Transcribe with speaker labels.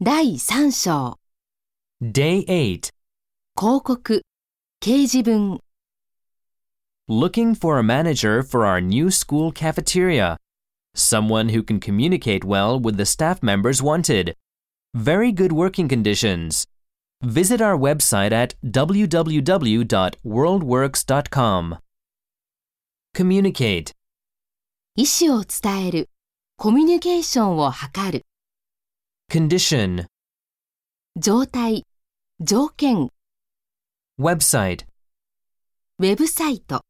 Speaker 1: 第3章、
Speaker 2: Day 8.
Speaker 1: 広告、掲示文、
Speaker 2: Looking for a manager for our new school cafeteria. Someone who can communicate well with the staff members wanted. Very good working conditions. Visit our website at www.worldworks.com. Communicate.
Speaker 1: 意思を伝える、コミュニケーションを図る、
Speaker 2: Condition.
Speaker 1: 状態、条件、
Speaker 2: Website.
Speaker 1: ウェブサイト。